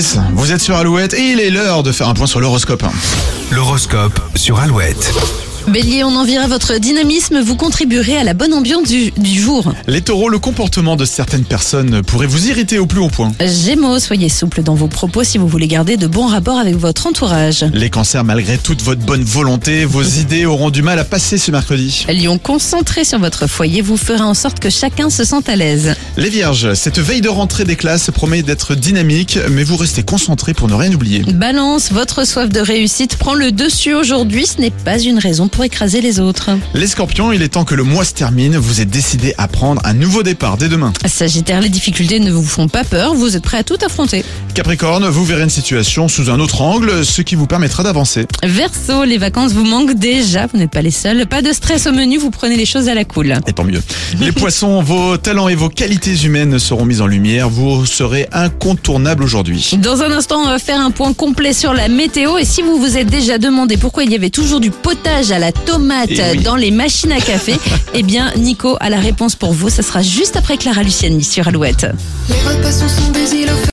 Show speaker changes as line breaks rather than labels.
Alouette. Vous êtes sur Alouette et il est l'heure de faire un point sur l'horoscope.
L'horoscope sur Alouette.
Bélier, on enviera votre dynamisme, vous contribuerez à la bonne ambiance du, du jour.
Les taureaux, le comportement de certaines personnes pourrait vous irriter au plus haut point.
Gémeaux, soyez souple dans vos propos si vous voulez garder de bons rapports avec votre entourage.
Les cancers, malgré toute votre bonne volonté, vos idées auront du mal à passer ce mercredi.
Lion, concentré sur votre foyer, vous ferez en sorte que chacun se sente à l'aise.
Les vierges, cette veille de rentrée des classes promet d'être dynamique, mais vous restez concentré pour ne rien oublier.
Balance, votre soif de réussite prend le dessus aujourd'hui, ce n'est pas une raison pour écraser les autres.
Les scorpions, il est temps que le mois se termine, vous êtes décidé à prendre un nouveau départ dès demain.
Sagittaire, les difficultés ne vous font pas peur, vous êtes prêt à tout affronter.
Capricorne, vous verrez une situation sous un autre angle, ce qui vous permettra d'avancer.
Verseau, les vacances vous manquent déjà, vous n'êtes pas les seuls, pas de stress au menu, vous prenez les choses à la cool.
Et tant mieux. Les poissons, vos talents et vos qualités humaines seront mis en lumière, vous serez incontournable aujourd'hui.
Dans un instant, on va faire un point complet sur la météo. Et si vous vous êtes déjà demandé pourquoi il y avait toujours du potage à la tomate
Eh oui.
dans les machines à café, eh bien, Nico a la réponse pour vous. Ça sera juste après Clara Luciani sur Alouette.
Les repas sont sans des îlots.